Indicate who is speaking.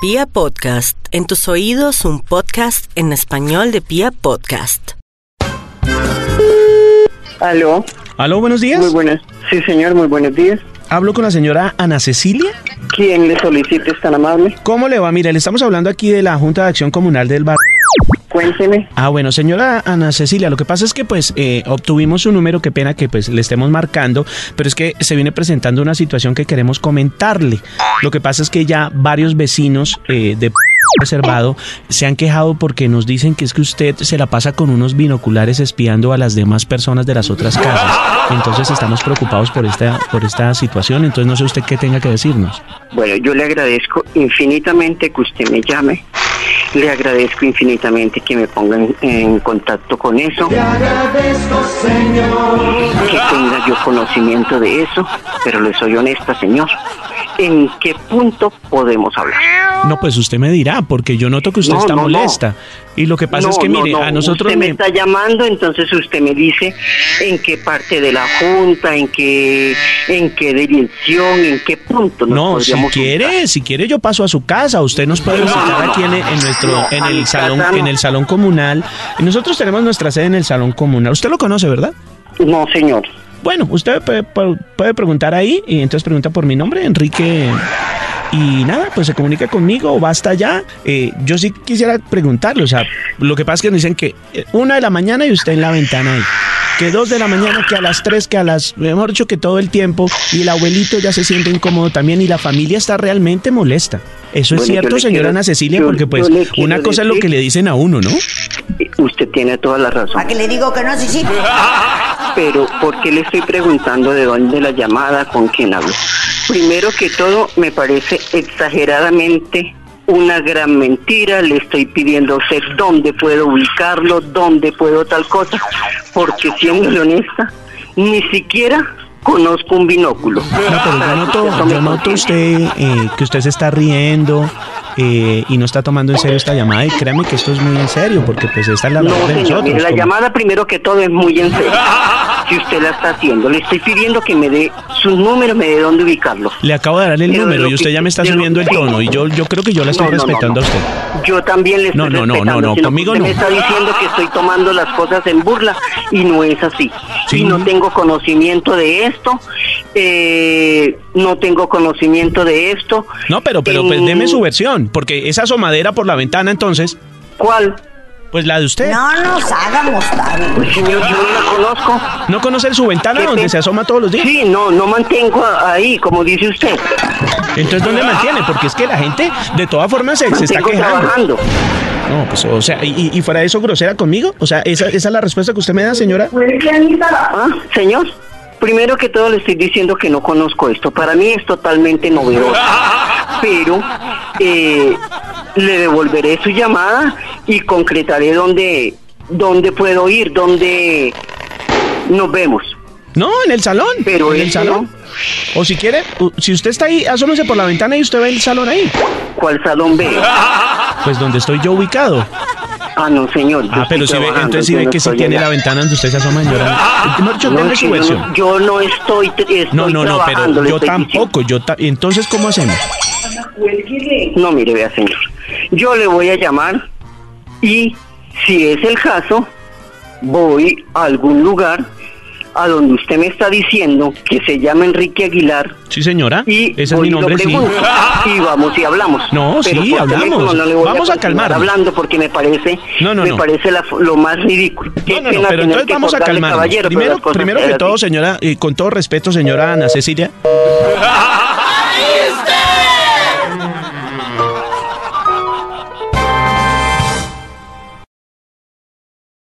Speaker 1: Pia Podcast, en tus oídos un podcast en español de Pia Podcast.
Speaker 2: Aló,
Speaker 3: Aló, buenos días.
Speaker 2: muy buenas. Sí, señor, muy buenos días.
Speaker 3: Hablo con la señora Ana Cecilia.
Speaker 2: ¿Quién le solicita es tan amable?
Speaker 3: ¿Cómo le va? Mira, le estamos hablando aquí de la Junta de Acción Comunal del Bar.
Speaker 2: Cuénteme.
Speaker 3: Ah, bueno, señora Ana Cecilia, lo que pasa es que pues eh, obtuvimos un número, qué pena que pues le estemos marcando, pero es que se viene presentando una situación que queremos comentarle. Lo que pasa es que ya varios vecinos eh, de reservado se han quejado porque nos dicen que es que usted se la pasa con unos binoculares espiando a las demás personas de las otras casas. Entonces estamos preocupados por esta, por esta situación, entonces no sé usted qué tenga que decirnos.
Speaker 2: Bueno, yo le agradezco infinitamente que usted me llame. Le agradezco infinitamente que me pongan en contacto con eso. Que tenga yo conocimiento de eso, pero le soy honesta, señor. ¿En qué punto podemos hablar?
Speaker 3: No, pues usted me dirá, porque yo noto que usted
Speaker 2: No,
Speaker 3: está
Speaker 2: no, no.
Speaker 3: molesta. Y lo que pasa es que, mire, a nosotros...
Speaker 2: Usted me
Speaker 3: me-
Speaker 2: está llamando, entonces usted me dice en qué parte de la junta, en qué, en qué dirección, en qué punto. nos
Speaker 3: No, si
Speaker 2: podríamos
Speaker 3: quiere,
Speaker 2: juntar.
Speaker 3: si quiere yo paso a su casa. Usted nos puede
Speaker 2: No, no,
Speaker 3: visitar
Speaker 2: no.
Speaker 3: aquí en, en nuestro,
Speaker 2: No,
Speaker 3: en
Speaker 2: a mi
Speaker 3: el salón,
Speaker 2: casa no.
Speaker 3: en el salón comunal. Y Nosotros tenemos nuestra sede en el salón comunal. Usted lo conoce, ¿verdad?
Speaker 2: No, señor.
Speaker 3: Bueno, usted puede, puede- puede preguntar ahí y entonces pregunta por mi nombre, Enrique. Y nada, pues se comunica conmigo, va hasta allá. Eh, yo sí quisiera preguntarle, o sea, lo que pasa es que nos dicen que eh, una de la mañana y usted en la ventana ahí. Que dos de la mañana, que a las tres, que a las, mejor dicho, que todo el tiempo. Y el abuelito ya se siente incómodo también y la familia está realmente molesta. Eso
Speaker 2: Bueno,
Speaker 3: es
Speaker 2: yo
Speaker 3: cierto,
Speaker 2: le
Speaker 3: señora
Speaker 2: quiero-
Speaker 3: Ana Cecilia,
Speaker 2: yo-
Speaker 3: porque
Speaker 2: yo
Speaker 3: pues
Speaker 2: le quiero
Speaker 3: una cosa es lo
Speaker 2: decir-
Speaker 3: que le dicen a uno, ¿no?
Speaker 2: Eh, Usted tiene toda la razón.
Speaker 4: ¿Para qué le digo que no, sí, sí?
Speaker 2: Pero, ¿por qué le estoy preguntando de dónde la llamada, con quién hablo? Primero que todo, me parece exageradamente una gran mentira. Le estoy pidiendo a usted dónde puedo ubicarlo, dónde puedo tal cosa. Porque, siendo honesta, ni siquiera conozco un binóculo.
Speaker 3: No, pero yo noto, yo noto usted eh, que usted se está riendo eh, y no está tomando en serio esta llamada y créame que esto es muy en serio porque pues esta es la
Speaker 2: No,
Speaker 3: labor de
Speaker 2: señor,
Speaker 3: nosotros.
Speaker 2: mire, la
Speaker 3: como-
Speaker 2: llamada primero que todo es muy en serio. Si usted la está haciendo, le estoy pidiendo que me dé su número, me dé dónde ubicarlo.
Speaker 3: Le acabo de dar el
Speaker 2: Pero de
Speaker 3: número
Speaker 2: lo
Speaker 3: y usted
Speaker 2: que-
Speaker 3: ya me está
Speaker 2: de lo-
Speaker 3: subiendo el tono y yo, yo creo que yo la estoy
Speaker 2: No, no, no,
Speaker 3: respetando
Speaker 2: no.
Speaker 3: a usted.
Speaker 2: Yo también le estoy
Speaker 3: No, no, no,
Speaker 2: respetando,
Speaker 3: no, no,
Speaker 2: sino que
Speaker 3: conmigo
Speaker 2: usted
Speaker 3: no.
Speaker 2: me está diciendo que estoy tomando las cosas en burla y no es así.
Speaker 3: Sí.
Speaker 2: Y no tengo conocimiento de esto, eh, no tengo conocimiento de esto.
Speaker 3: No, pero, pero pues
Speaker 2: Mm.
Speaker 3: deme su versión porque esa asomadera por la ventana entonces,
Speaker 2: ¿Cuál?
Speaker 3: pues la de usted.
Speaker 4: No nos hagamos tarde.
Speaker 2: Pues señor, yo no la conozco.
Speaker 3: ¿No conoce su ventana
Speaker 2: Qué
Speaker 3: donde
Speaker 2: pena.
Speaker 3: se asoma todos los días?
Speaker 2: Sí, no, no mantengo ahí, como dice usted.
Speaker 3: Entonces, ¿dónde mantiene? Porque es que la gente de todas formas se, se está
Speaker 2: Mantengo
Speaker 3: quejando.
Speaker 2: trabajando.
Speaker 3: No, pues, o sea, y, y fuera de eso, grosera conmigo. O sea, ¿esa, esa es la respuesta que usted me da, señora.
Speaker 2: Ah, señor, primero que todo le estoy diciendo que no conozco esto. Para mí es totalmente novedoso. Pero eh, le devolveré su llamada y concretaré dónde, dónde puedo ir, dónde nos vemos.
Speaker 3: No, en el salón.
Speaker 2: Pero
Speaker 3: en el
Speaker 2: ese
Speaker 3: salón. O si quiere, u- si usted está ahí, asómese por la ventana y usted ve el salón ahí.
Speaker 2: ¿Cuál salón ve?
Speaker 3: Pues donde estoy yo ubicado.
Speaker 2: Ah, no, señor. yo
Speaker 3: Ah, pero
Speaker 2: estoy
Speaker 3: si ve,
Speaker 2: trabajando,
Speaker 3: entonces si
Speaker 2: yo
Speaker 3: ve
Speaker 2: no
Speaker 3: que si
Speaker 2: estoy
Speaker 3: tiene
Speaker 2: allá.
Speaker 3: la ventana donde usted se asoma Ah, llorando. Marcho,
Speaker 2: No,
Speaker 3: deme
Speaker 2: es
Speaker 3: su
Speaker 2: que yo,
Speaker 3: versión.
Speaker 2: no, yo no estoy, estoy
Speaker 3: No, no, no,
Speaker 2: trabajando,
Speaker 3: pero
Speaker 2: le
Speaker 3: yo
Speaker 2: estoy diciendo.
Speaker 3: tampoco. Yo ta- entonces, ¿cómo hacemos?
Speaker 2: No, mire, vea, señor. Yo le voy a llamar y, si es el caso, voy a algún lugar a donde usted me está diciendo que se llama Enrique Aguilar
Speaker 3: Sí, señora.
Speaker 2: y
Speaker 3: Ese es
Speaker 2: voy
Speaker 3: mi
Speaker 2: y lo
Speaker 3: nombre, sí.
Speaker 2: pregunto. Y vamos y hablamos.
Speaker 3: No,
Speaker 2: Pero
Speaker 3: sí,
Speaker 2: por
Speaker 3: hablamos.
Speaker 2: teléfono no le voy
Speaker 3: Vamos a
Speaker 2: continuar
Speaker 3: calmarnos.
Speaker 2: Hablando porque me parece,
Speaker 3: No, no,
Speaker 2: me
Speaker 3: no.
Speaker 2: parece la- lo más ridículo. Qué
Speaker 3: No, no,
Speaker 2: pena
Speaker 3: no, pero
Speaker 2: tener
Speaker 3: entonces
Speaker 2: que
Speaker 3: vamos a
Speaker 2: cortarle,
Speaker 3: calmarnos.
Speaker 2: caballero, pero
Speaker 3: Primero,
Speaker 2: las cosas
Speaker 3: primero
Speaker 2: eran
Speaker 3: que
Speaker 2: así.
Speaker 3: todo, señora, y con todo respeto, señora Ana Cecilia,